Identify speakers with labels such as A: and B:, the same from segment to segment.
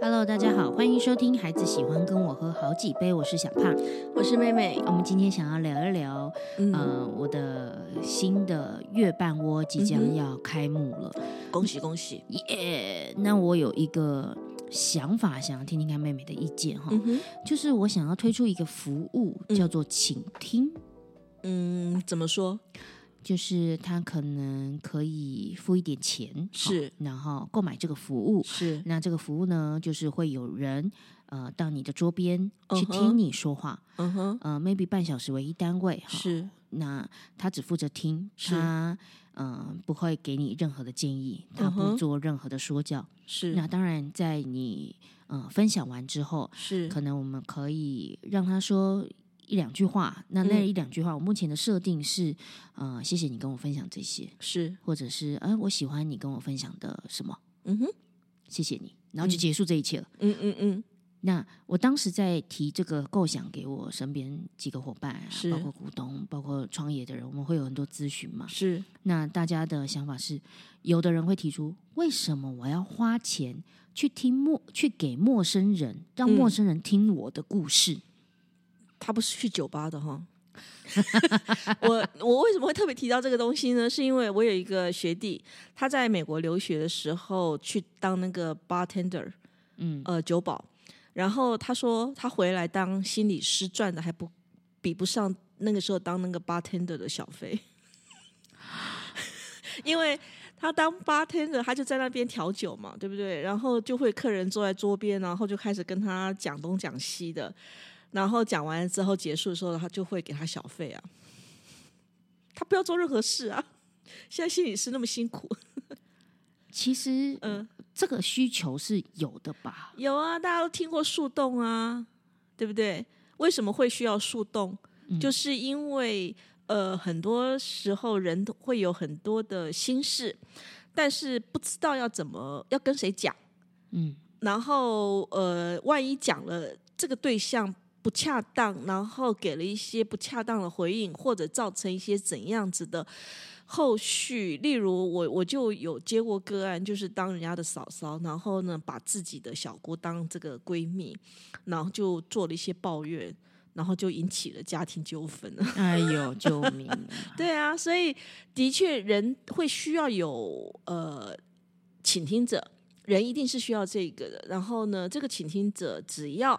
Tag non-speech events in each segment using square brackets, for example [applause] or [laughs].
A: Hello，大家好，欢迎收听《孩子喜欢跟我喝好几杯》，我是小胖。哎
B: 我是妹妹，
A: 我们今天想要聊一聊，
B: 嗯，
A: 呃，我的新的月半窝即
B: 嗯
A: 将
B: 哼
A: 要开幕了，
B: 呃恭喜恭喜，
A: 耶、那我有一个想法，想要听听看妹妹的意见哈，
B: 嗯哼，
A: 就是我想要推出一个服务，
B: 嗯
A: 叫做倾听。
B: 嗯，怎么说？
A: 就是他可能可以付一点钱，
B: 是
A: 好然后购买这个服务，
B: 是
A: 那这个服务呢，就是会有人呃到你的桌边去
B: 嗯哼
A: 听你说话
B: 嗯哼，
A: 呃，maybe 半小时为一单位哈。
B: 是
A: 那他只负责听，
B: 是
A: 他嗯、呃不会给你任何的建议，他
B: 嗯
A: 不
B: 哼
A: 做任何的说教。
B: 是
A: 那当然，在你呃分享完之后，
B: 是，
A: 可能我们可以让他说。一两句话，那那
B: 嗯
A: 一两句话，我目前的设定是，呃，谢谢你跟我分享这些，
B: 是，
A: 或者是，哎、我喜欢你跟我分享的什么，
B: 嗯哼，
A: 谢谢你，然后就
B: 嗯
A: 结束这一切了。
B: 嗯嗯嗯，
A: 那我当时在提这个构想给我身边几个伙伴、啊，
B: 是
A: 包括股东，包括创业的人，我们会有很多咨询嘛。
B: 是
A: 那大家的想法是，有的人会提出，为什么我要花钱去听陌去给陌生人，让
B: 嗯
A: 陌生人听我的故事？
B: 他不是去酒吧的哈。我我为什么会特别提到这个东西呢？是因为我有一个学弟，他在美国留学的时候去当那个 bartender，
A: 嗯
B: 呃，酒保。然后他说他回来当心理师赚的还不比不上那个时候当那个 bartender 的小费， [laughs] 因为他当 bartender 他就在那边调酒嘛，对不对？然后就会客人坐在桌边，然后就开始跟他讲东讲西的。然后讲完之后结束的时候，他就会给他小费啊。他不要做任何事啊！ [laughs] 现在心理师那么辛苦，
A: 其实，
B: 嗯、
A: 这个需求是有的吧？
B: [laughs] 有啊，大家都听过树洞啊，对不对？为什么会需要树洞？就是因为呃，很多时候人都会有很多的心事，但是不知道要怎么要跟谁讲，
A: 嗯，
B: 然后呃，万一讲了这个对象不恰当，然后给了一些不恰当的回应，或者造成一些怎样子的后续。例如我，我就有接过个案，就是当人家的嫂嫂，然后呢，把自己的小姑当这个闺蜜，然后就做了一些抱怨，然后就引起了家庭纠纷了。
A: [laughs] 哎呦，救命啊！
B: 对啊，所以的确人会需要有呃倾听者，人一定是需要这个的。然后呢，这个倾听者只要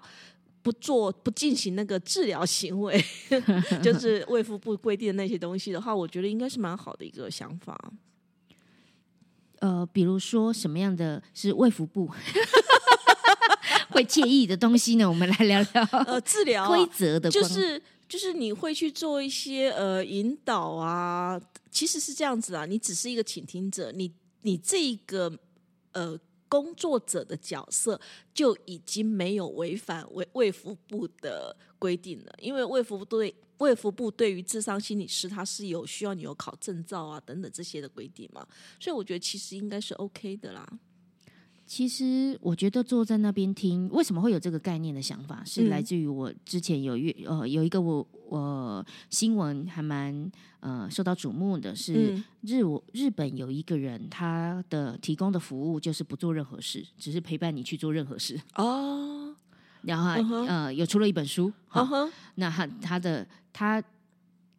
B: 不做不进行那个治疗行为， [laughs] 就是卫福部规定的那些东西的话，我觉得应该是蛮好的一个想法。
A: [laughs] 呃，比如说什么样的是卫福部 [laughs] 会介意的东西呢？我们来聊聊
B: 呃，治疗啊
A: 规则的
B: 就
A: 光
B: 是就是你会去做一些呃引导啊，其实是这样子啊，你只是一个倾听者，你你这一个呃工作者的角色就已经没有违反卫卫福部的规定了，因为卫福部对卫福部对于智商心理师他是有需要你有考证照啊等等这些的规定嘛，所以我觉得其实应该是 OK 的啦，
A: 其实我觉得坐在那边听，为什么会有这个概念的想法，是
B: 嗯
A: 来自于我之前有阅呃有一个我我新闻还蛮呃受到瞩目的是
B: 嗯
A: 日我日本有一个人他的提供的服务就是不做任何事，只是陪伴你去做任何事，
B: 哦，
A: 然后他、
B: 嗯哼
A: 呃有出了一本书，好
B: 嗯哼，
A: 那他他的他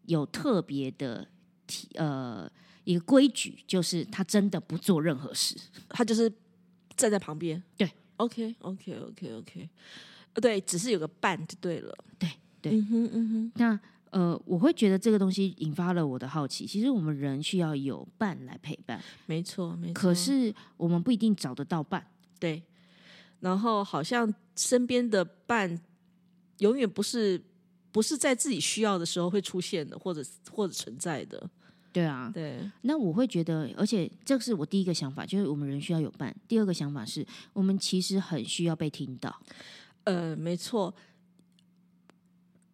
A: 有特别的提呃一个规矩，就是他真的不做任何事。
B: 他就是站在旁边。
A: 对
B: ，OK OK OK OK，呃对，只是有个伴就对了。
A: 对对
B: 嗯哼嗯哼，
A: 那呃，我会觉得这个东西引发了我的好奇。其实我们人需要有伴来陪伴，
B: 没错没错。
A: 可是我们不一定找得到伴。
B: 对，然后好像身边的伴永远不是不是在自己需要的时候会出现的，或者或者存在的。
A: 对啊，
B: 对，
A: 那我会觉得，而且这是我第一个想法，就是我们人需要有伴。第二个想法是我们其实很需要被听到。
B: 呃，没错。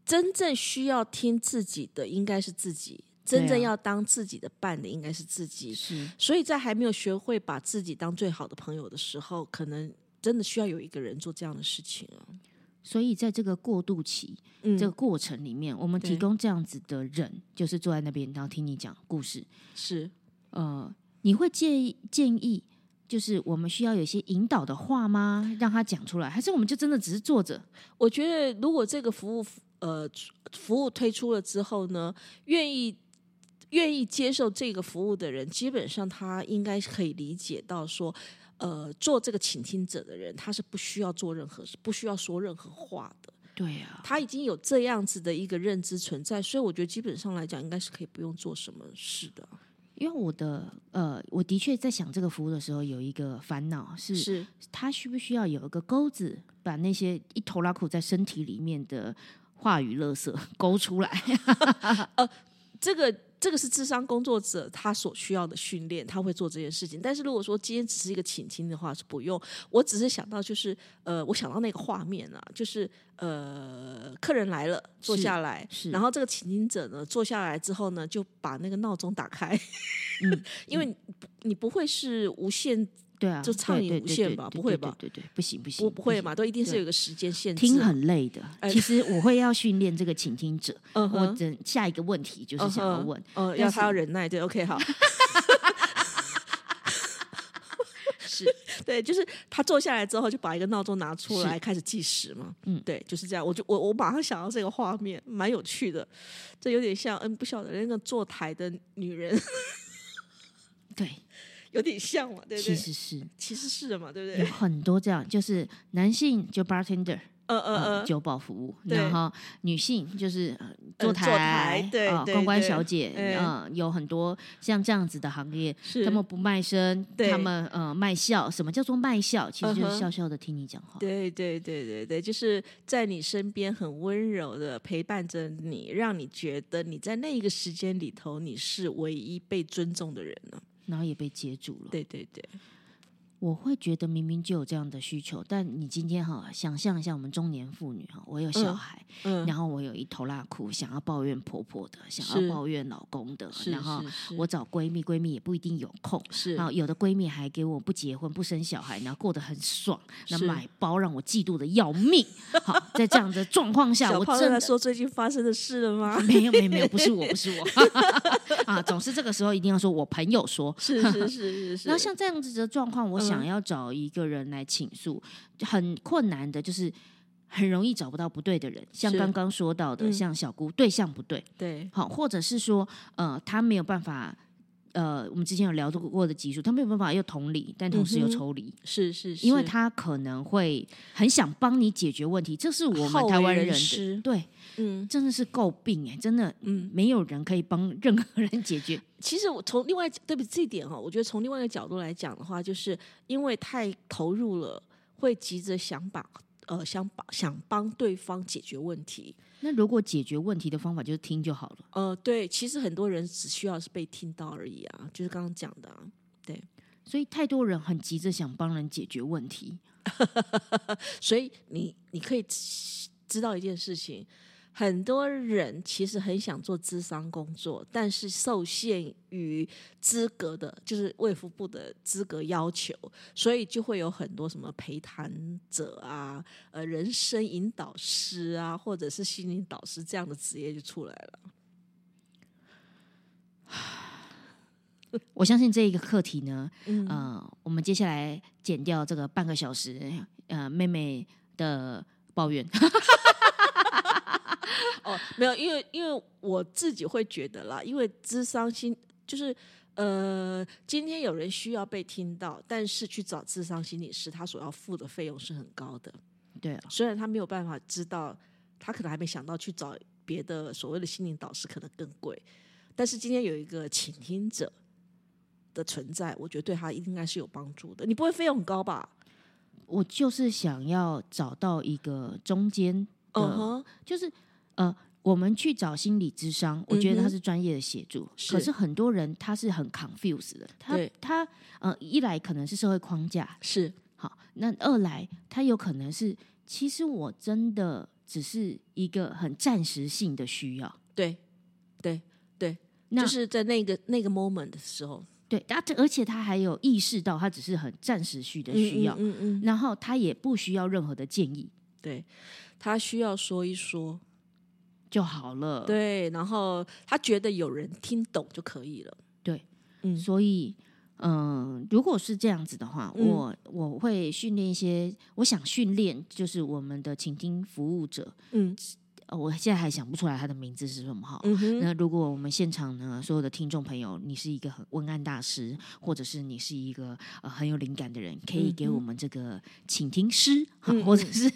B: 真正需要听自己的应该是自己，真
A: 对
B: 正
A: 啊
B: 要当自己的伴的应该是自己。
A: 是，
B: 所以在还没有学会把自己当最好的朋友的时候，可能真的需要有一个人做这样的事情啊。
A: 所以在这个过渡期，
B: 嗯
A: 这个过程里面，我们提
B: 对
A: 供这样子的人，就是坐在那边，然后听你讲故事。
B: 是
A: 呃，你会建议建议，就是我们需要有一些引导的话吗？让他讲出来，还是我们就真的只是坐着？
B: 我觉得如果这个服务呃服务推出了之后呢，愿意愿意接受这个服务的人，基本上他应该可以理解到说。呃，做这个倾听者的人，他是不需要做任何，不需要说任何话的。
A: 对啊，
B: 他已经有这样子的一个认知存在，所以我觉得基本上来讲，应该是可以不用做什么事的。啊
A: 因为我的呃，我的确在想这个服务的时候，有一个烦恼是，
B: 是
A: 他需不需要有一个钩子，把那些一头拉苦在身体里面的话语垃圾勾出
B: [laughs]
A: 来？
B: 这个这个是智商工作者他所需要的训练，他会做这件事情。但是如果说今天只是一个倾听的话，是不用。我只是想到就是呃，我想到那个画面啊，就是呃，客人来了，坐下来，
A: 是
B: 然后这个倾听者呢坐下来之后呢，就把那个闹钟打开，
A: 嗯，
B: [laughs] 因为你不你不会是无限
A: 对啊，
B: 就畅饮
A: 对对
B: 无限
A: 对
B: 吧
A: 对
B: 不会
A: 对
B: 吧
A: 对对，对不行不行，
B: 不不会
A: 行
B: 嘛，都一定是
A: 对
B: 有一个时间限制
A: 听
B: 啊。
A: 很累的。
B: 哎
A: 其实我会要训练这个倾听者。
B: [laughs] 嗯
A: 我
B: 哼，
A: 等下一个问题就是想要
B: 嗯哼
A: 问，
B: 呃，
A: 但
B: 要
A: 是
B: 他要忍耐，对，OK，好，
A: [laughs] 是
B: [laughs] 对，就是他坐下来之后，就把一个闹钟拿出
A: 是
B: 来开始计时嘛。
A: 嗯
B: 对，就是这样。我就我我马上想到这个画面，蛮有趣的。这有点像，嗯，不晓得那个坐台的女人 [laughs]
A: 对，
B: 有点像嘛，对不
A: 其
B: 对？
A: 实是
B: 其实是的嘛，对不
A: 有
B: 对？
A: 很多这样，就是男性就 bartender，
B: 呃呃
A: 呃，
B: 呃，
A: 酒保服务，
B: 对
A: 然后女性就是呃坐
B: 坐台对
A: 啊
B: 对
A: 公关
B: 对
A: 小姐，
B: 哎
A: 嗯，有很多像这样子的行业，
B: 是
A: 他们不卖身，
B: 对
A: 他们呃卖笑。什么叫做卖笑？其实就
B: 嗯
A: 是
B: 哼
A: 笑笑的听你讲话。
B: 对对对对对，就是在你身边很温柔的陪伴着你，让你觉得你在那一个时间里头你是唯一被尊重的人呢、
A: 然后也被接住了。
B: 对对对，
A: 我会觉得明明就有这样的需求，但你今天哈，想象一下我们中年妇女哈，我有小
B: 嗯
A: 孩，
B: 嗯，
A: 然后我有一头拉苦，想要抱怨婆婆的，想
B: 是
A: 要抱怨老公的，
B: 是
A: 然后
B: 是是
A: 我找闺蜜，闺蜜也不一定有空。
B: 嗯是
A: 然后有的闺蜜还给我不结婚不生小孩，然后过得很爽，那
B: 是
A: 买包让我嫉妒的要命。好，在这样的状况下，
B: 小
A: 我
B: 胖
A: 真
B: 在
A: 的
B: 说最近发生的事了
A: [laughs]
B: 吗？
A: 没有没有没有，不是我不是我 [laughs] 啊！总是这个时候一定要说我朋友说，
B: 是是是是是。
A: 然后像这样子的状况，我想
B: 嗯
A: 要找一个人来倾诉，很困难的，就是很容易找不到不对的人。像
B: 是
A: 刚刚说到的，
B: 嗯
A: 像小姑对象不对，
B: 对
A: 好，或者是说，呃，他没有办法，呃，我们之前有聊过的集数，他没有办法又同理，但同时又
B: 嗯哼
A: 抽离，
B: 是是是，
A: 因为他可能会很想帮你解决问题，这是我
B: 好
A: 们台
B: 为
A: 湾
B: 人
A: 人的
B: 师
A: 对，
B: 嗯
A: 真的是诟病哎、真的
B: 嗯，
A: 没有人可以帮 [laughs] 任何人解决，
B: 其实我从另外对比这一点哈、我觉得从另外一个角度来讲的话，就是因为太投入了，会急着想把呃想把想帮对方解决问题。
A: 那如果解决问题的方法就是听就好了。
B: 呃，对，其实很多人只需要是被听到而已啊，就是刚刚讲的啊。
A: 所以太多人很急着想帮人解决问题，
B: 所以你你可以知知道一件事情，很多人其实很想做智商工作，但是受限于资格的，就是卫福部的资格要求，所以就会有很多什么陪谈者啊、呃人生引导师啊，或者是心灵导师这样的职业就出来了。
A: 我相信这一个课题呢，
B: 嗯
A: 呃，我们接下来减掉这个半个小时，呃，妹妹的抱怨， [laughs]
B: 哦，没有，因为因为我自己会觉得啦，因为智商心就是呃，今天有人需要被听到，但是去找智商心理师，他所要付的费用是很高的，
A: 对啊，
B: 虽然他没有办法知道，他可能还没想到去找别的所谓的心灵导师可能更贵，但是今天有一个倾听者。的存在，我觉得对他应该是有帮助的。你不会费用很高吧？
A: 我就是想要找到一个中间的
B: 嗯哼，
A: 就是呃，我们去找心理咨商，我觉得
B: 嗯
A: 他
B: 哼
A: 是专业的协助，可
B: 是
A: 是很多人他是很 confused 的，他
B: 对
A: 他呃，一来可能是社会框架，
B: 是
A: 好，那二来，他有可能是，其实我真的只是一个很暂时性的需要。
B: 对，对，对，
A: 那
B: 就是在那个那个 moment 的时候，
A: 对，他而且他还有意识到，他只是很暂时性的需要，
B: 嗯嗯嗯
A: 然后他也不需要任何的建议
B: 对他需要说一说，
A: 就好了。，
B: 对，然后他觉得有人听懂就可以了。
A: 对
B: 嗯，
A: 所以嗯，如果是这样子的话，
B: 嗯
A: 我我会训练一些，我想训练就是我们的倾听服务者，
B: 嗯
A: 呃，我现在还想不出来他的名字是什么好。
B: 嗯哼，
A: 那如果我们现场呢，所有的听众朋友，你是一个很文案大师，或者是你是一个呃很有灵感的人，可以给我们这个倾听师，好
B: 嗯
A: 或者
B: [laughs]
A: 是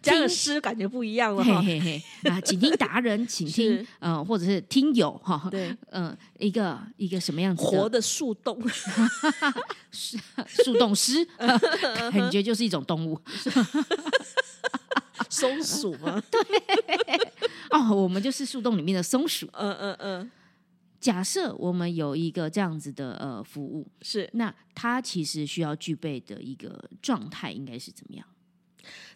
B: 加了
A: 听
B: 诗感觉不一样了
A: 嘿
B: 哈。
A: 嘿嘿
B: [laughs]
A: 啊，倾听达人，倾听
B: 是
A: 呃，或者是听友哈，
B: 对，
A: 呃，一个一个什么样子
B: 活
A: 的
B: 的树洞， [laughs]
A: 树洞师，感觉就是一种动物
B: 松鼠
A: [laughs]
B: 吗？
A: 哦，我们就是树洞里面的松鼠。
B: 嗯嗯嗯，
A: 假设我们有一个这样子的呃服务，
B: 是。
A: 那它其实需要具备的一个状态应该是怎么样？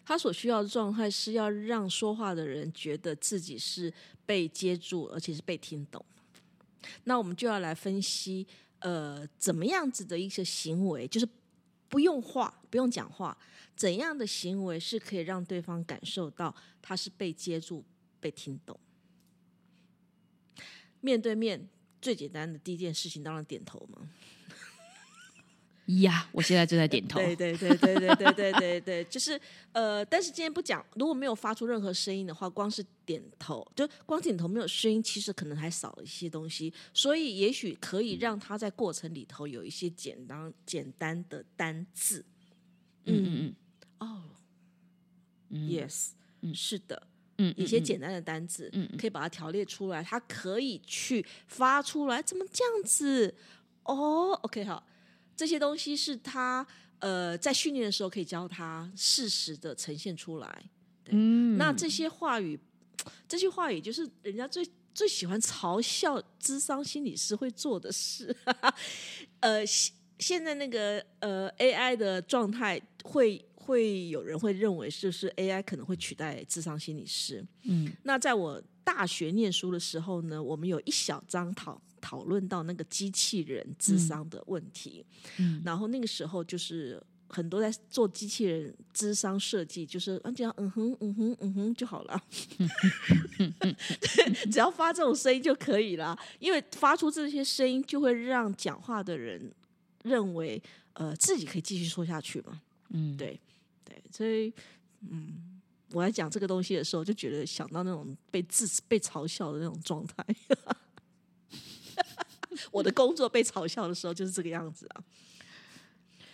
B: 他所需要的状态是要让说话的人觉得自己是被接住，而且是被听懂。那我们就要来分析，呃，怎么样子的一些行为，就是不用话，不用讲话，怎样的行为是可以让对方感受到他是被接住、被听懂。面对面最简单的第一件事情，当然点头嘛。
A: 呀，我现在正在点头。
B: 对对对对对对对对对，就是呃，但是今天不讲，如果没有发出任何声音的话，光是点头，就光点头没有声音，其实可能还少了一些东西，所以也许可
A: 嗯
B: 以让他在过程里头有一些简单简单的单字。
A: 嗯嗯
B: 哦、
A: 嗯
B: y e s
A: 嗯
B: 是的，
A: 嗯，
B: 一些
A: 嗯
B: 简单的单字，
A: 嗯嗯
B: 可以把它条列出来，它可以去发出来，怎么这样子？哦，OK，好，这些东西是他呃在训练的时候可以教他适时的呈现出来。
A: 嗯，
B: 那这些话语，这些话语就是人家最最喜欢嘲笑智商心理师会做的事。 [laughs] 呃，现现在那个呃 AI 的状态会。会有人会认为，就是 AI 可能会取代智商心理师。
A: 嗯
B: 那在我大学念书的时候呢，我们有一小章讨讨论到那个机器人智商的问题，
A: 嗯
B: 然后那个时候就是。很多在做机器人智商设计，就是啊，只要嗯哼嗯哼嗯哼就好了，只要发这种声音就可以了，因为发出这些声音就会让讲话的人认为呃自己可以继续说下去嘛。
A: 嗯，
B: 对对，所以嗯，我在讲这个东西的时候，就觉得想到那种被自被嘲笑的那种状态。 [laughs] 我的工作被嘲笑的时候就是这个样子啊。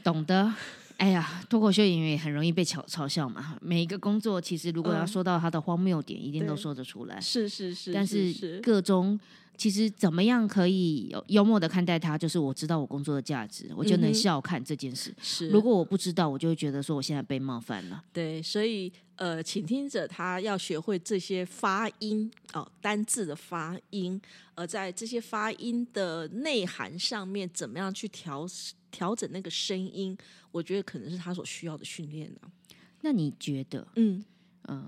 A: 懂得。哎呀，脱口秀演员也很容易被嘲嘲笑嘛。每一个工作其实如果要
B: 嗯
A: 说到他的荒谬点，一定都
B: 对
A: 说得出来。
B: 是是是，
A: 但
B: 是
A: 是各中其实怎么样可以有幽默的看待它，就是我知道我工作的价值，我就
B: 嗯
A: 能
B: 哼
A: 笑看这件事。
B: 是，
A: 如果我不知道，我就会觉得说我现在被冒犯了。
B: 对，所以呃，倾听者他要学会这些发音哦，单字的发音，而在这些发音的内涵上面，怎么样去调调整那个声音，我觉得可能是他所需要的训练呢、
A: 那你觉得
B: 嗯，呃，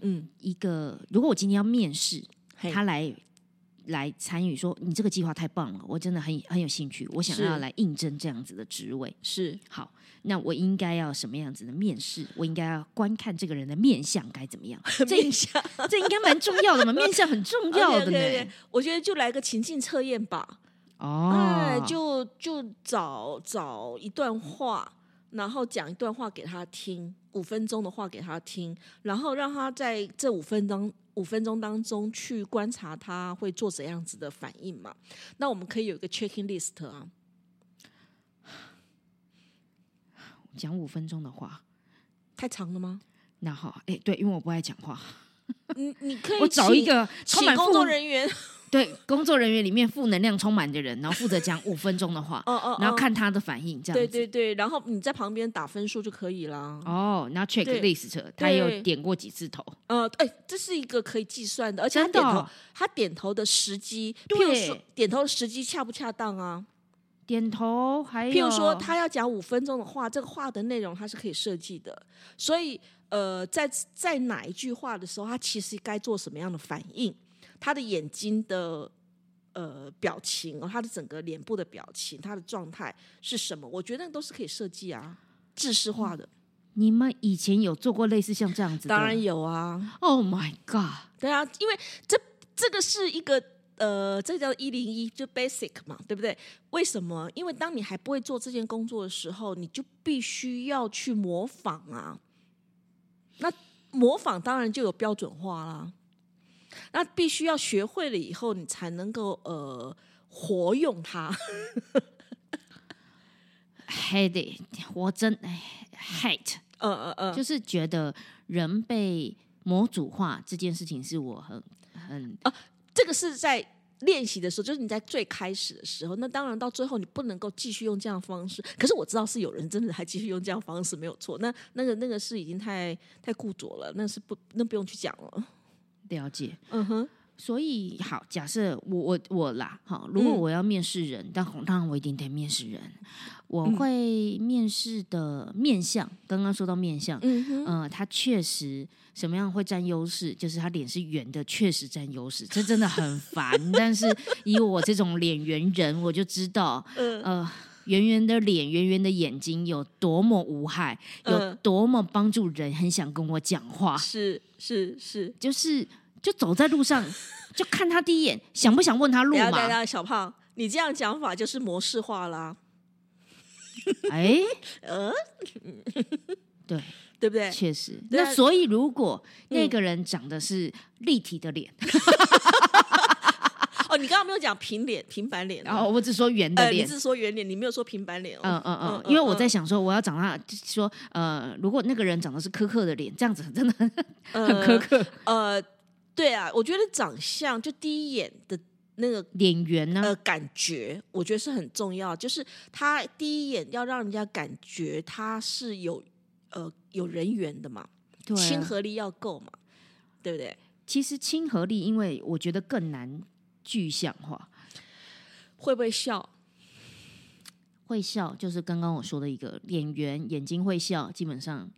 B: 嗯，
A: 一个如果我今天要面试，
B: 嘿
A: 他来来参与说你这个计划太棒了，我真的很很有兴趣，我想
B: 是
A: 要来应征这样子的职位。
B: 是
A: 好，那我应该要什么样子的面试？我应该要观看这个人的面相该怎么样？这应
B: 相
A: 这应该蛮重要的
B: [laughs]
A: 嘛，面相很重要的
B: OK，OK，OK，
A: 呢。
B: 我觉得就来个情境测验吧。
A: 哦，
B: 哎，就就找找一段话，然后讲一段话给他听，五分钟的话给他听，然后让他在这五分钟五分钟当中去观察他会做怎样子的反应嘛。那我们可以有一个 checking list 啊，
A: 讲五分钟的话。
B: 太长了吗？
A: 那好，哎，对，因为我不爱讲话，
B: 你你可以
A: 我找一
B: 请
A: 个充
B: 请
A: 满
B: 工
A: 负
B: 作人员，
A: 对工作人员里面负能量充满的人，然后负责讲五分钟的话，
B: 哦哦，
A: [laughs] 然后
B: 哦
A: 看他的反应，这样
B: 对
A: 子
B: 对对，然后你在旁边打分数就可以啦。
A: 哦，然后 check
B: 对
A: list，他也有
B: 对
A: 点过几次头，
B: 呃，哎，这是一个可以计算的，而且他
A: 真的
B: 点头
A: 哦，
B: 他点头的时机，
A: 对
B: 譬如说点头的时机恰不恰当啊？
A: 哦点头，还有
B: 譬如说他要讲五分钟的话，这个话的内容他是可以设计的，所以呃，在在哪一句话的时候，他其实该做什么样的反应，他的眼睛的。呃，表情哦，他的整个脸部的表情，他的状态是什么？我觉得那都是可以设计啊，制式化的。
A: 你们以前有做过类似像这样子的？
B: 当然有啊，
A: ，Oh my god，
B: 对啊，因为这这个是一个呃，这个叫一零一，就 basic 嘛，对不对？为什么？因为当你还不会做这件工作的时候，你就必须要去模仿啊。那模仿当然就有标准化啦。那必须要学会了以后，你才能够呃活用它。 [laughs]
A: ，hate，it，我真哎 hate，
B: 呃呃呃，
A: 就是觉得人被模组化这件事情是我很很
B: 哦这个是在练习的时候，就是你在最开始的时候。那当然到最后，你不能够继续用这样的方式。可是我知道是有人真的还继续用这样的方式，没有错。那那个那个是已经太太固着了，那是不那不用去讲了。
A: 了解。
B: 嗯哼，
A: 所以好，假设我我我啦，好，如果
B: 嗯
A: 我要面试人，但当然我一定得面试人，我
B: 嗯
A: 会面试的面相，刚刚说到面相，
B: 嗯哼，
A: 嗯，他确实什么样会占优势，就是他脸是圆的，确实占优势，这真的很
B: [laughs]
A: 烦。但是以我这种脸圆人，我就知道，
B: 嗯
A: 呃，圆圆的脸，圆圆的眼睛有多么无害，有
B: 嗯
A: 多么帮助人，很想跟我讲话，
B: 是是是。
A: 就是就走在路上， [laughs] 就看他第一眼，想不想问他路
B: 等一下等一
A: 嘛？
B: 下，小胖，你这样讲法就是模式化啦，
A: 哎，
B: 呃，
A: 对，
B: 对不对？
A: 确实。
B: 对啊
A: 那所以如果那个人长得是立体的脸，
B: 哦，你刚刚没有讲平脸、平板脸
A: [laughs]
B: 哦，
A: 然后我只说圆的
B: 呃，你
A: 脸，
B: 是说圆脸，你没有说平板脸哦。
A: 嗯嗯嗯，因为我在想说，我要长大，就是说呃，如果那个人长得是苛刻的脸，这样子真的很 [laughs]
B: 很
A: 很苛刻。
B: 呃，对啊，我觉得长相就第一眼的那个
A: 脸圆呢
B: 呃，感觉，我觉得是很重要。就是他第一眼要让人家感觉他是有呃有人缘的嘛，
A: 对啊
B: 亲和力要够嘛，对不对？
A: 其实亲和力，因为我觉得更难具象化。
B: 会不会笑？
A: 会笑就是刚刚我说的一个脸圆，眼睛会笑，基本上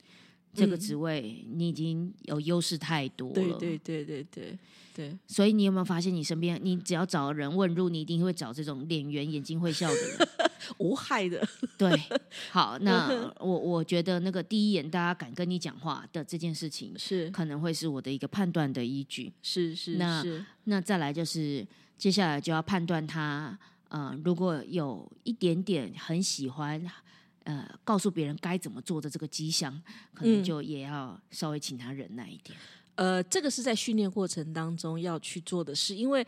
A: 这个
B: 嗯
A: 职位你已经有优势太多了。
B: 对对对对对对，
A: 所以你有没有发现，你身边你只要找人问路，你一定会找这种脸圆、眼睛会笑的人。
B: 无害的。 [laughs]
A: 对，好，
B: 嗯
A: 那我我觉得那个第一眼大家敢跟你讲话的这件事情，
B: 是
A: 可能会是我的一个判断的依据。
B: 是是
A: 那
B: 是，
A: 那再来就是接下来就要判断他，呃，如果有一点点很喜欢。呃，告诉别人该怎么做的这个迹象，可能
B: 嗯
A: 就也要稍微请他忍耐一点。
B: 呃，这个是在训练过程当中要去做的事，因为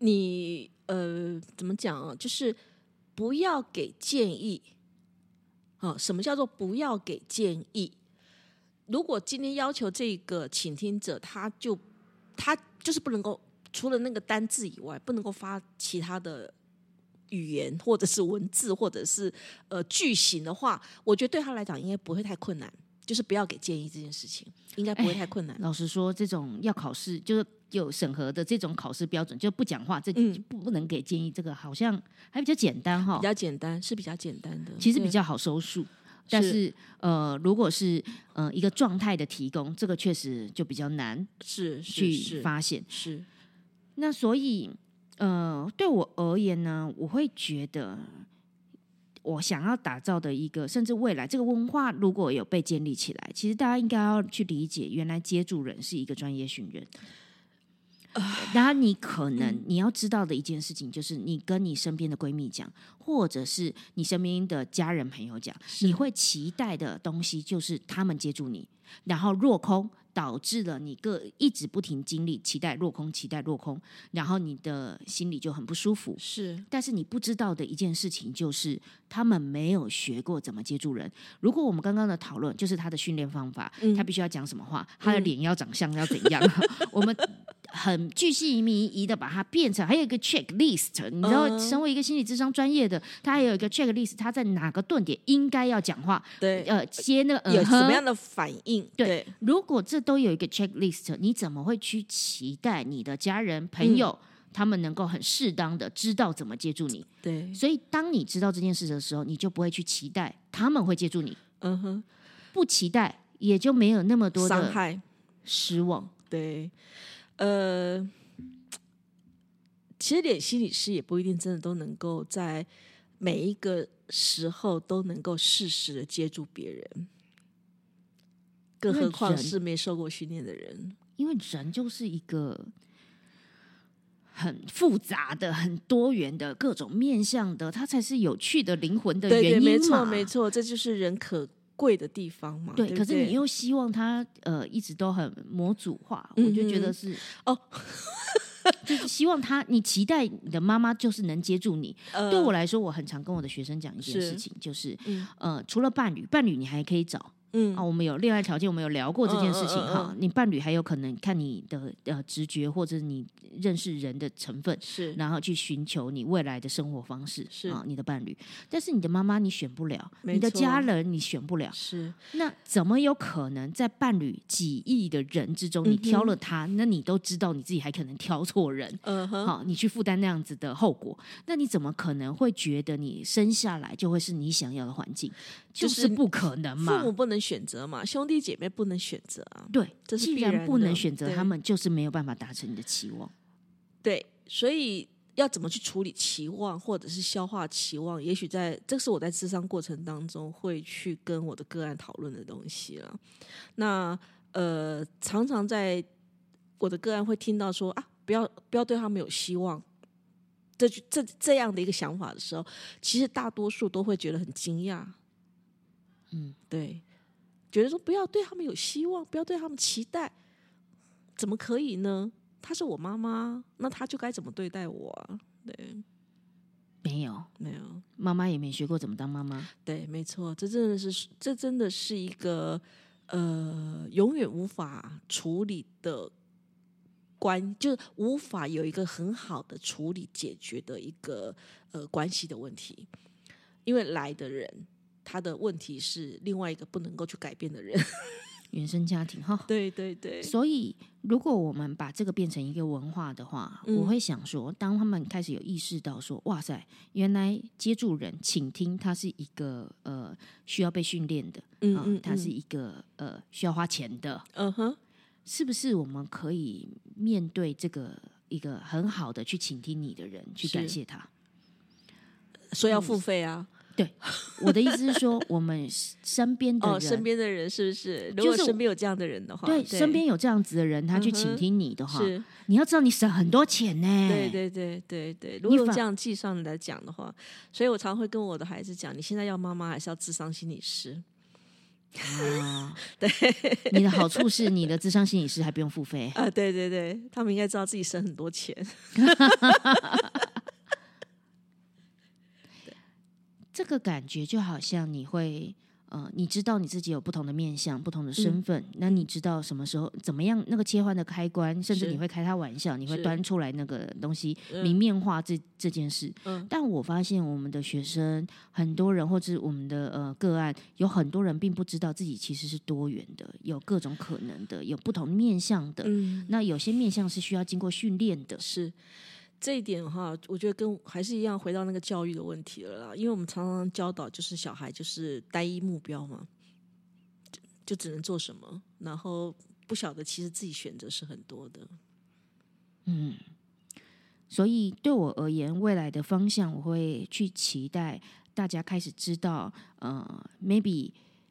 B: 你呃怎么讲啊，就是不要给建议啊、什么叫做不要给建议？如果今天要求这个倾听者，他就他就是不能够除了那个单字以外，不能够发其他的。语言或者是文字或者是呃句型的话，我觉得对他来讲应该不会太困难，就是不要给建议这件事情，应该不会太困难。
A: 老实说，这种要考试就是有审核的这种考试标准，就不讲话，这、
B: 嗯
A: 不不能给建议，这个好像还比较简单哈
B: 比。较简单，是比较简单的。
A: 其实比
B: 对
A: 较好收束。但
B: 是
A: 是，呃，如果是呃一个状态的提供，这个确实就比较难
B: 是是
A: 去
B: 是
A: 发现。
B: 是
A: 那所以，呃，对我而言呢，我会觉得我想要打造的一个，甚至未来这个文化如果有被建立起来，其实大家应该要去理解，原来接住人是一个专业训练。然后你可能你要知道的一件事情，就是你跟你身边的闺蜜讲，或者是你身边的家人朋友讲，你会期待的东西就是他们接住你，然后落空，导致了你个一直不停经历期待落空，期待落空，然后你的心里就很不舒服。
B: 是
A: 但是你不知道的一件事情就是，他们没有学过怎么接住人。如果我们刚刚的讨论就是他的训练方法，
B: 嗯
A: 他必须要讲什么话，他的
B: 嗯
A: 脸要长相要怎
B: [laughs]
A: 样，我们很巨细靡遗的把它变成，还有一个 checklist。你知道，
B: 嗯
A: 身为一个心理智商专业的，他还有一个 checklist，他在哪个顿点应该要讲话，
B: 对，
A: 呃，接那个嗯
B: 有什么
A: 哼
B: 样的反应？
A: 对
B: 对
A: 如果这都有一个 checklist，你怎么会去期待你的家人
B: 嗯
A: 朋友、他们能够很适当的知道怎么接住你？
B: 对，
A: 所以，当你知道这件事的时候，你就不会去期待他们会接住你，
B: 嗯哼，
A: 不期待也就没有那么多
B: 伤
A: 的
B: 害
A: 失望。
B: 对，呃，其实连心理师也不一定真的都能够在每一个时候都能够适时的接住别人。更
A: 因为
B: 何况
A: 人
B: 是没受过训练的人，
A: 因为人就是一个很复杂的、很多元的各种面向的，它才是有趣的灵魂的
B: 对
A: 原因嘛。
B: 对，没错没错，这就是人可贵的地方嘛。
A: 对，
B: 对不
A: 可是你
B: 对
A: 又希望它呃一直都很模组化，我就觉得是
B: 嗯哦，
A: [laughs] 就是希望他，你期待你的妈妈就是能接住你。
B: 呃
A: 对我来说，我很常跟我的学生讲一件
B: 是
A: 事情，就是
B: 嗯
A: 呃，除了伴侣，伴侣你还可以找
B: 嗯
A: 啊。我们有恋爱条件，我们有聊过这件事情
B: 嗯嗯嗯
A: 哈。你伴侣还有可能看你的呃直觉或者你认识人的成分，
B: 是
A: 然后去寻求你未来的生活方式
B: 是
A: 啊，你的伴侣。但是你的妈妈你选不了，
B: 没
A: 你的
B: 错
A: 家人你选不了，
B: 是
A: 那怎么有可能在伴侣几亿的人之中，
B: 嗯
A: 你
B: 哼
A: 挑了他，那你都知道你自己还可能挑错人？
B: 嗯哼，
A: 好，你去负担那样子的后果，那你怎么可能会觉得你生下来就会是你想要的环境？就
B: 就是
A: 是不可能
B: 父
A: 嘛
B: 母。不能选择嘛，兄弟姐妹不能选择啊。
A: 对，
B: 这是
A: 既
B: 必然
A: 然不
B: 的
A: 能选择
B: 对
A: 他们，就是没有办法达成你的期望。
B: 对，所以要怎么去处理期望，或者是消化期望，也许在这是我在智商过程当中会去跟我的个案讨论的东西了。那呃，常常在我的个案会听到说啊，不要不要对他们有希望。这句这这样的一个想法的时候，其实大多数都会觉得很惊讶，
A: 嗯，
B: 对，觉得说不要对他们有希望，不要对他们期待，怎么可以呢？她是我妈妈，那她就该怎么对待我啊？对，
A: 没有，
B: 没有，
A: 妈妈也没学过怎么当妈妈。
B: 对，没错，这真的是，这真的是一个呃，永远无法处理的关，就是无法有一个很好的处理解决的一个呃关系的问题，因为来的人他的问题是另外一个不能够去改变的人，
A: 原生家庭哈，
B: [laughs] 对对对，
A: 所以，如果我们把这个变成一个文化的话，
B: 嗯
A: 我会想说，当他们开始有意识到说，哇塞，原来接住人、倾听，它是一个呃需要被训练的，
B: 嗯
A: 啊
B: 嗯
A: 它是
B: 嗯
A: 一个呃需要花钱的，
B: 嗯哼，
A: 是不是？我们可以面对这个一个很好的去倾听你的人，去
B: 是
A: 感谢他。
B: 说要付费啊，
A: 我的意思是说，我们身边的
B: 哦，
A: 人，
B: 身边的人是不是？
A: 就
B: 如果
A: 是
B: 身
A: 我
B: 边有这样的人的话，嗯
A: 对身边有这样子的人，他去倾听你的话，
B: 是，
A: 你要知道你省很多钱呢、
B: 对对对对对。如果
A: 嗯
B: 用
A: 反
B: 这样计算来讲的话，所以我常会跟我的孩子讲，你现在要妈妈还是要智商心理师？ [laughs]
A: 啊，对，你的好处是你的智商心理师还不用付费，
B: 啊，对对对，他们应该知道自己省很多钱。
A: 这个感觉就好像你会。呃，你知道你自己有不同的面相、不同的
B: 嗯
A: 身份，那你知道什么时候怎么样那个切换的开关，甚至
B: 是
A: 你会开他玩笑，你会
B: 是
A: 端出来那个东西
B: 嗯
A: 明面化这这件事。
B: 嗯
A: 但我发现我们的学生很多人，或者是我们的呃个案，有很多人并不知道自己其实是多元的，有各种可能的，有不同面向的。
B: 嗯，
A: 那有些面向是需要经过训练的，
B: 是 [laughs] 这一点哈，我觉得跟还是一样，回到那个教育的问题了啦。因为我们常常教导就是小孩就是单一目标嘛，就就只能做什么，然后不晓得其实自己选择是很多的。
A: 所以对我而言，未来的方向我会去期待大家开始知道，呃，maybe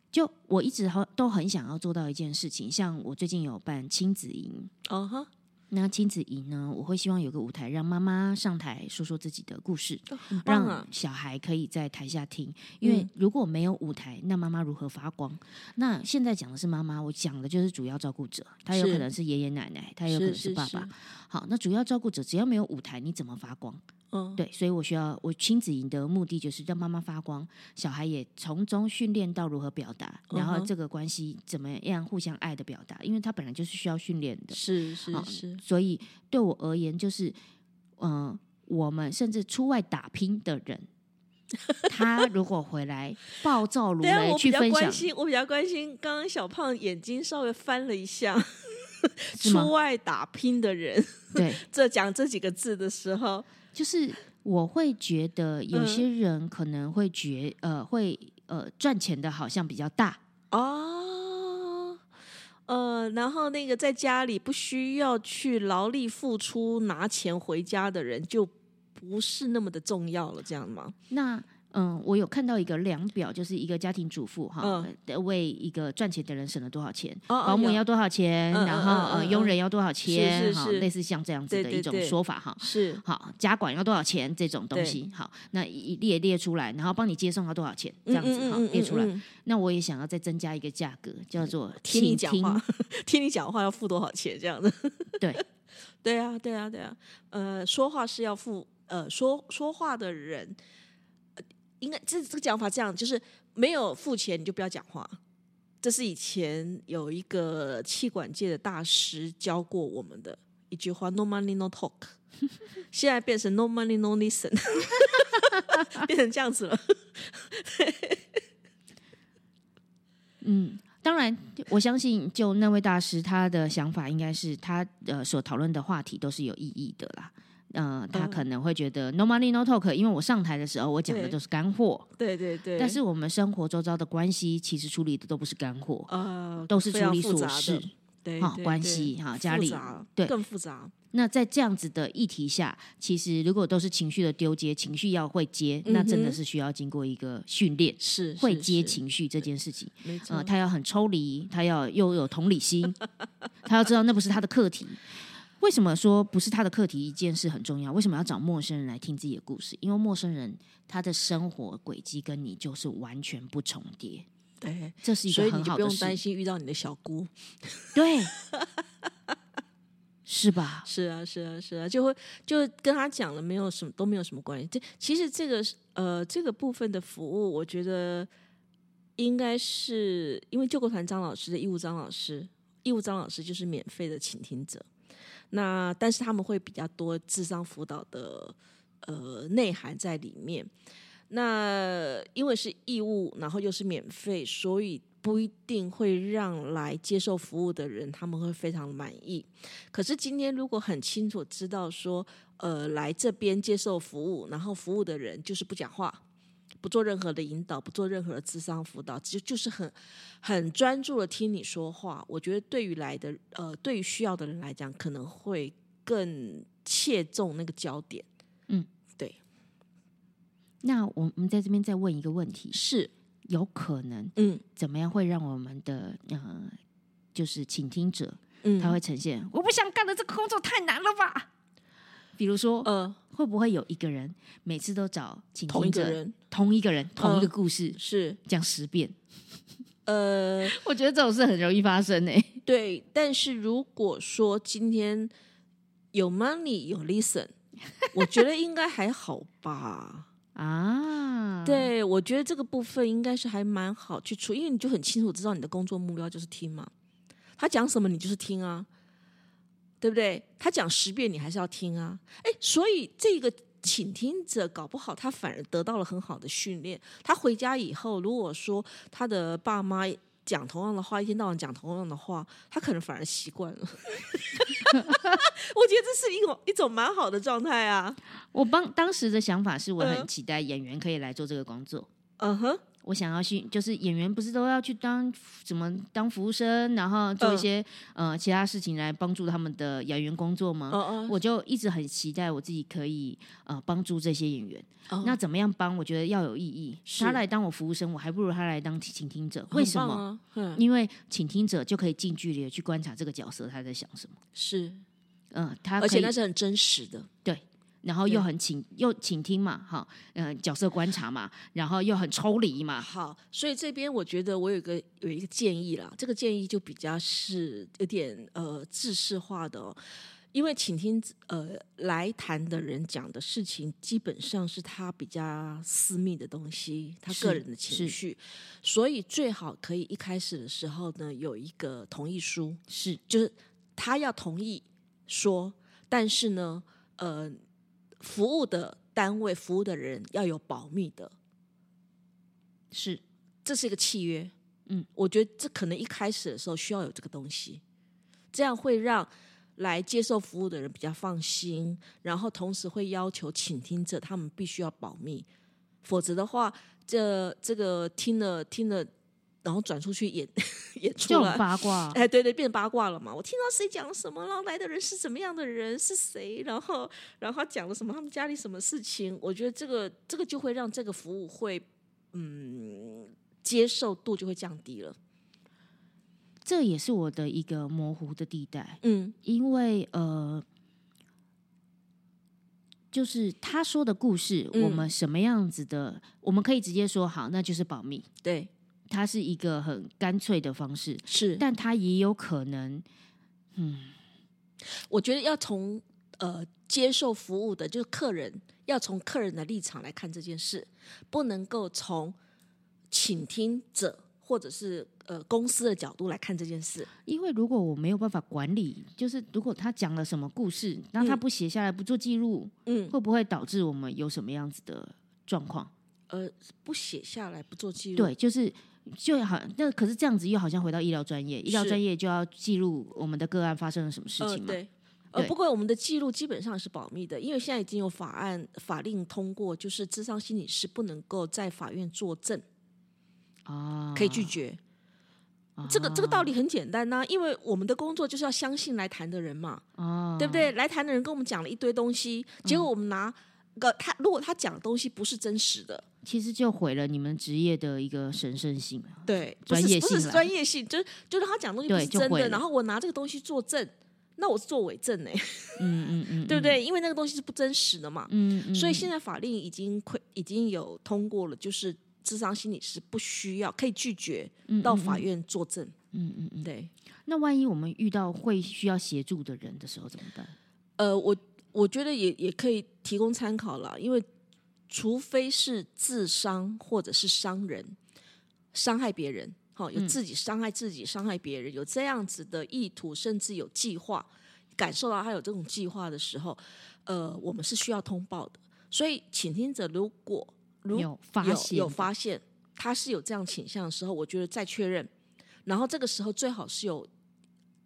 A: 就我一直好都很想要做到一件事情，像我最近有办亲子营。
B: 哦哈，
A: 那亲子营呢？我会希望有个舞台，让妈妈上台说说自己的故事，
B: 哦很棒
A: 让
B: 啊！
A: 小孩可以在台下听。因为如果没有舞台，那妈妈如何发光？那现在讲的是妈妈，我讲的就是主要照顾者，他有
B: 是
A: 可能是爷爷奶奶，他有可能是爸爸。好，那主要照顾者只要没有舞台，你怎么发光？
B: 嗯，
A: 对，所以我需要我亲子营的目的就是让妈妈发光，小孩也从中训练到如何表达，然后
B: 嗯哼
A: 这个关系怎么样互相爱的表达，因为他本来就是需要训练的。
B: 是是
A: 好
B: 是，
A: 所以对我而言，就是嗯、呃我们甚至出外打拼的人，他如果回
B: [laughs]
A: 来暴躁如
B: 对啊，
A: 雷
B: 我比
A: 去
B: 较
A: 分
B: 关
A: 享，
B: 心，我比较关心，刚刚小胖眼睛稍微翻了一下，
A: [laughs] 是吗
B: 出外打拼的人，
A: 对，
B: 这讲这几个字的时候，
A: 就是我会觉得有
B: 嗯
A: 些人可能会觉呃会呃赚钱的好像比较大。
B: 哦，呃，然后那个在家里不需要去劳力付出拿钱回家的人，就不是那么的重要了，这样吗？
A: 那嗯，我有看到一个量表，就是一个家庭主妇哈，
B: 嗯
A: 呃为一个赚钱的人省了多少钱，
B: 哦哦
A: 保姆
B: 有
A: 要多少钱，
B: 嗯嗯
A: 然后
B: 嗯
A: 呃
B: 嗯
A: 佣
B: 嗯
A: 人要多少钱，
B: 是
A: 哈，
B: 是
A: 类似像这样子
B: 对
A: 的
B: 对
A: 一种
B: 对
A: 说法哈。
B: 是嗯
A: 好，家管要多少钱这种东
B: 对
A: 西，好，那一列列出来，然后帮你接送要多少钱，这样子
B: 嗯嗯
A: 哈
B: 嗯嗯，
A: 列出
B: 嗯
A: 来。
B: 嗯
A: 那我也想要再增加一个价格，叫做
B: 听你
A: 请
B: 讲
A: 听
B: 话，听 [laughs] 你讲话要付多少钱这样子？ [laughs]
A: 对，
B: 对啊，对啊，对啊。呃，说话是要付，呃，说说话的人，呃应该这这个讲法这样，就是没有付钱你就不要讲话。这是以前有一个气管界的大师教过我们的一句话：“No money, no talk。” [laughs] 现在变成 “No money, no listen”，变成这样子了。
A: 嗯，当然，我相信就那位大师他的想法，应该是他呃所讨论的话题都是有意义的啦。呃，他
B: 嗯
A: 可能会觉得 no money no talk，因为我上台的时候我讲的
B: 对
A: 都是干货，
B: 对对对，
A: 但是我们生活周遭的关系其实处理的都不是干货，
B: 呃，
A: 都是
B: 非
A: 处
B: 常
A: 理
B: 复
A: 琐
B: 杂的
A: 事。
B: 对
A: 好
B: 对
A: 关
B: 对
A: 系好
B: 复
A: 家里
B: 杂
A: 对
B: 更复杂，
A: 那在这样子的议题下，其实如果都是情绪的丢接，情绪要会接，那真
B: 嗯
A: 的
B: 哼
A: 是需要经过一个训练，
B: 是
A: 会
B: 是
A: 接
B: 是
A: 情绪这件事情。
B: 没错，
A: 呃，他要很抽离，他要又有同理
B: [laughs]
A: 心，他要知道那不是他的课题。为什么说不是他的课题一件事很重要？为什么要找陌生人来听自己的故事？因为陌生人他的生活轨迹跟你就是完全不重叠，
B: 对，
A: 这是一
B: 哎所
A: 个
B: 以你
A: 很
B: 就
A: 好
B: 不
A: 的
B: 用担
A: 事，
B: 心遇到你的小姑。 [laughs]
A: 对，是吧？
B: 是啊，是啊，是啊，就会就跟他讲了，没有什么都没有什么关系。这其实这个是呃这个部分的服务，我觉得应该是因为救国团张老师的义务张老师，义务张老师就是免费的倾听者。那但是他们会比较多智商辅导的呃内涵在里面。那因为是义务，然后又是免费，所以不一定会让来接受服务的人他们会非常满意。可是今天如果很清楚知道说，呃，来这边接受服务，然后服务的人就是不讲话，不做任何的引导，不做任何的智商辅导，就就是很很专注的听你说话。我觉得对于来的呃，对于需要的人来讲，可能会更切中那个焦点。
A: 那我们在这边再问一个问题：
B: 是，
A: 有可能
B: 嗯
A: 怎么样会让我们的呃，就是倾听者
B: 嗯，
A: 他会呈现、我不想干的这个工作太难了吧？比如说，
B: 呃，
A: 会不会有一个人每次都找倾
B: 同一
A: 听
B: 个
A: 者
B: 人
A: 同一个人、嗯同一个故事、
B: 是
A: 讲十遍？
B: 呃。
A: 我觉得这种事很容易发生诶、欸
B: 对，但是如果说今天有 money 有 listen，我觉得应该还好吧。
A: 啊，，
B: 对，我觉得这个部分应该是还蛮好去处，因为你就很清楚知道你的工作目标就是听嘛，他讲什么你就是听啊，对不对？他讲十遍你还是要听啊，哎，所以这个倾听者搞不好他反而得到了很好的训练，他回家以后如果说他的爸妈。讲同样的话，一天到晚讲同样的话，他可能反而习惯了。 [laughs] 我觉得这是一种一种蛮好的状态啊。
A: 我帮当时的想法是我很
B: 嗯
A: 期待演员可以来做这个工作。
B: 嗯哼，
A: 我想要去，就是演员不是都要去当什么当服务生，然后做一
B: 嗯
A: 些、呃其他事情来帮助他们的演员工作吗？
B: 哦哦
A: 我就一直很期待我自己可以呃帮助这些演员。
B: 哦，
A: 那怎么样帮？我觉得要有意义。
B: 是
A: 他来当我服务生，我还不如他来当倾听者。
B: 很
A: 为什
B: 棒
A: 么？
B: 啊？嗯，
A: 因为倾听者就可以近距离的去观察这个角色他在想什么。
B: 是，
A: 嗯、他
B: 而
A: 可
B: 且
A: 以
B: 那，是很真实的，
A: 然后又
B: 对
A: 很倾又倾听嘛，哈，嗯、角色观察嘛，然后又很抽离嘛。
B: 好，所以这边我觉得我有一个有一个建议啦，这个建议就比较是有点呃制式化的哦，因为倾听呃来谈的人讲的事情，基本上是他比较私密的东西，他
A: 是
B: 个人的
A: 是
B: 情绪，所以最好可以一开始的时候呢，有一个同意书，
A: 是
B: 就是他要同意说，但是呢，呃，服务的单位、服务的人要有保密的。
A: 是，
B: 这是一个契约。
A: 嗯，
B: 我觉得这可能一开始的时候需要有这个东西，这样会让来接受服务的人比较放心，然后同时会要求倾听者他们必须要保密，否则的话，这这个听了听了。然后转出去演 [laughs] 演出
A: 就
B: 来
A: 很。八卦。
B: [laughs] 哎，对对，变八卦了嘛！我听到谁讲了什么，然后来的人是怎么样的人，是谁，然后然后他讲了什么，他们家里什么事情，我觉得这个这个就会让这个服务会，嗯，接受度就会降低了。
A: 这也是我的一个模糊的地带，
B: 嗯
A: 因为呃，就是他说的故事，
B: 嗯
A: 我们什么样子的，我们可以直接说好，那就是保密，
B: 对，
A: 它是一个很干脆的方式，
B: 是，
A: 但它也有可能
B: 我觉得要从呃接受服务的，就是客人要从客人的立场来看这件事，不能够从倾听者或者是呃公司的角度来看这件事。
A: 因为如果我没有办法管理，就是如果他讲了什么故事，那他
B: 嗯
A: 不写下来不做记录，
B: 嗯，
A: 会不会导致我们有什么样子的状况？
B: 呃，不写下来，不做记录。
A: 对，就是就好，那可是这样子又好像回到医疗专业，医疗
B: 是
A: 专业就要记录我们的个案发生了什么事情
B: 呃、
A: 嘛？
B: 对。呃，
A: 对
B: 不过我们的记录基本上是保密的，因为现在已经有法案法令通过，就是智商心理师不能够在法院作证，
A: 啊，
B: 可以拒绝。这个这个道理很简单呐、因为我们的工作就是要相信来谈的人嘛。
A: 啊，嗯
B: 对不？对？来谈的人跟我们讲了一堆东西，结果我们拿个、他，如果他讲的东西不是真实的，
A: 其实就毁了你们职业的一个神圣性啊。
B: 对，不
A: 专
B: 是
A: 业
B: 不
A: 性
B: 是
A: 啦
B: 专业性，就是就是他讲的东西不
A: 对
B: 是
A: 就
B: 真
A: 毁
B: 的，
A: 了
B: 然后我拿这个东西作证，那我是作伪证哎、
A: 嗯嗯嗯，
B: 对不对？因为那个东西是不真实的嘛，
A: 嗯？嗯嗯，
B: 所以现在法令已经亏已经有通过了，就是智商心理师不需要可以拒绝到法院作证，
A: 嗯嗯嗯，
B: 对。
A: 那万一我们遇到会需要协助的人的时候怎么办？
B: 呃，我我觉得也也可以提供参考啦，因为除非是自伤或者是伤人，伤害别人，好、有自己伤害自己、伤害别人，有这样子的意图，甚至有计划，感受到他有这种计划的时候，呃，我们是需要通报的。所以，倾听者如果如
A: 有发
B: 有
A: 现
B: 有
A: 的
B: 发现他是有这样倾向的时候，我觉得再确认，然后这个时候最好是有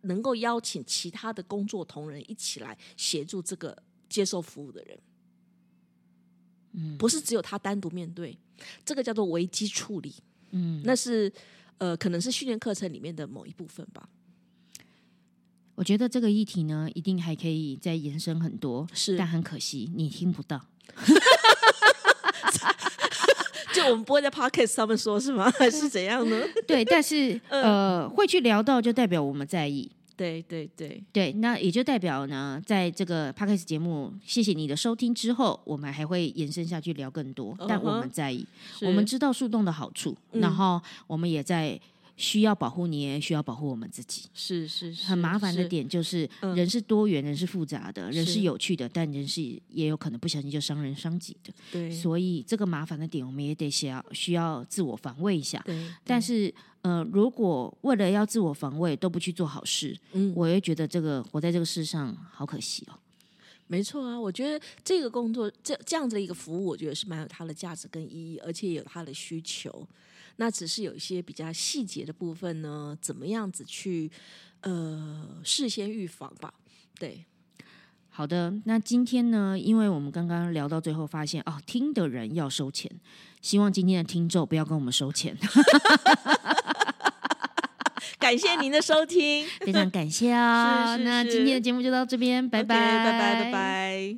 B: 能够邀请其他的工作同仁一起来协助这个接受服务的人，嗯，不是只有他单独面对，这个叫做危机处理，嗯，那是呃可能是训练课程里面的某一部分吧，
A: 我觉得这个议题呢，一定还可以再延伸很多，
B: 是
A: 但很可惜你听不到。
B: 就我们不会在 podcast 上面说是吗？ [laughs] 还是怎样呢？
A: [laughs] 对，但是呃，会去聊到就代表我们在意，
B: 对对对，
A: [laughs] 对，那也就代表呢，在这个 p a c k a s 节目，谢谢你的收听之后，我们还会延伸下去聊更多。但我
B: 嗯哼
A: 们在意，我们
B: 是
A: 知道树洞的好处，
B: 嗯
A: 然后我们也在需要保护你，也需要保护我们自己。
B: 是是是
A: 很麻烦的
B: 是嗯
A: 点就是，人是多元，人是复杂的，人是有趣的，但人是也有可能不小心就伤人伤己的。
B: 对
A: 所以这个麻烦的点，我们也得需要需要自我防卫一下。
B: 对，
A: 但是，呃，如果为了要自我防卫都不去做好事，
B: 嗯
A: 我也觉得这个活在这个世上好可惜哦。
B: 没错啊，我觉得这个工作这这样子的一个服务，我觉得是蛮有它的价值跟意义，而且也有它的需求。那只是有一些比较细节的部分呢，怎么样子去呃事先预防吧？对，
A: 好的，那今天呢，因为我们刚刚聊到最后，发现哦，听的人要收钱，希望今天的听众不要跟我们收
C: [laughs]
A: 钱，
B: 感谢您的收听，
A: 非常感谢啊、
B: 是是
A: 那
B: 是
A: 今天的节目就到这边，拜
B: OK，
A: 拜，
B: 拜拜，拜。拜。